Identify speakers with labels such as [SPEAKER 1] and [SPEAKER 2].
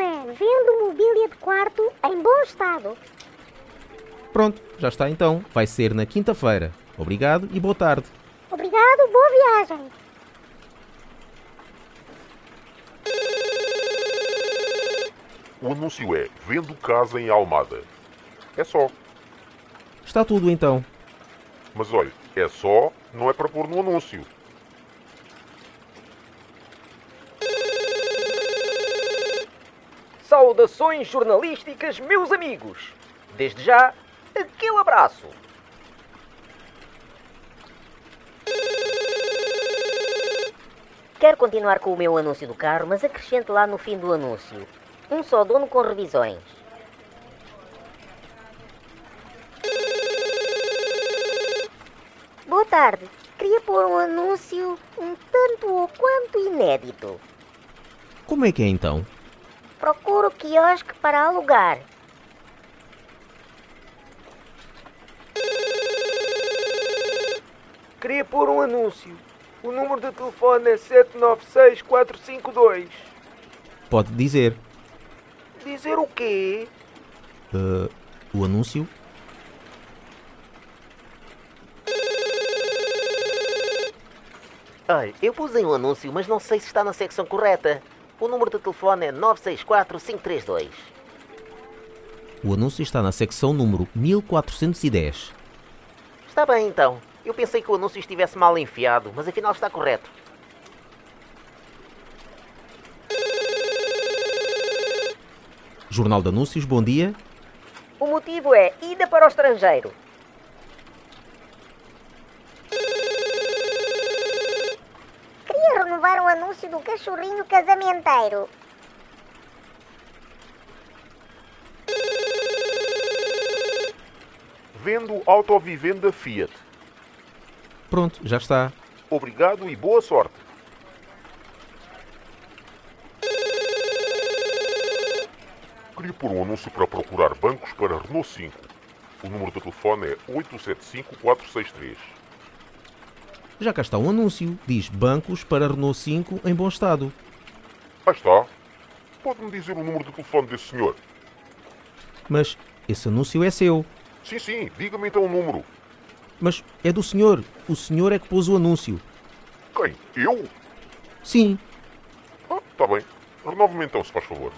[SPEAKER 1] é, vendo mobília de quarto em bom estado.
[SPEAKER 2] Pronto, já está então. Vai ser na quinta-feira. Obrigado e boa tarde.
[SPEAKER 1] Obrigado, boa viagem.
[SPEAKER 3] O anúncio é Vendo Casa em Almada. É só.
[SPEAKER 2] Está tudo então.
[SPEAKER 3] Mas olha, é só, não é para pôr no anúncio.
[SPEAKER 4] Saudações jornalísticas, meus amigos! Desde já, aquele abraço!
[SPEAKER 5] Quero continuar com o meu anúncio do carro, mas acrescento lá no fim do anúncio. Um só dono com revisões.
[SPEAKER 1] Boa tarde. Queria pôr um anúncio um tanto ou quanto inédito.
[SPEAKER 2] Como é que é então?
[SPEAKER 1] Procuro quiosque para alugar.
[SPEAKER 4] Queria pôr um anúncio. O número de telefone é 796452.
[SPEAKER 2] Pode dizer.
[SPEAKER 4] Dizer o quê?
[SPEAKER 2] eh, o anúncio?
[SPEAKER 4] Olha, eu pus em um anúncio, mas não sei se está na secção correta. O número de telefone é 964-532.
[SPEAKER 2] O anúncio está na secção número 1410.
[SPEAKER 4] Está bem então. Eu pensei que o anúncio estivesse mal enfiado, mas afinal está correto.
[SPEAKER 2] Jornal de Anúncios, bom dia.
[SPEAKER 5] O motivo é ida para o estrangeiro.
[SPEAKER 1] Queria renovar um anúncio do cachorrinho casamenteiro.
[SPEAKER 3] Vendo Autovivenda Fiat.
[SPEAKER 2] Pronto, já está.
[SPEAKER 3] Obrigado e boa sorte. Queria pôr um anúncio para procurar bancos para Renault 5. O número de telefone é 875463.
[SPEAKER 2] Já cá está um anúncio. Diz bancos para Renault 5 em bom estado.
[SPEAKER 3] Aí está. Pode-me dizer o número de telefone desse senhor?
[SPEAKER 2] Mas esse anúncio é seu.
[SPEAKER 3] Sim, sim, diga-me então o número.
[SPEAKER 2] Mas é do senhor. O senhor é que pôs o anúncio.
[SPEAKER 3] Quem? Eu?
[SPEAKER 2] Sim,
[SPEAKER 3] Ah, está bem. Renove-me Tá então, se faz favor.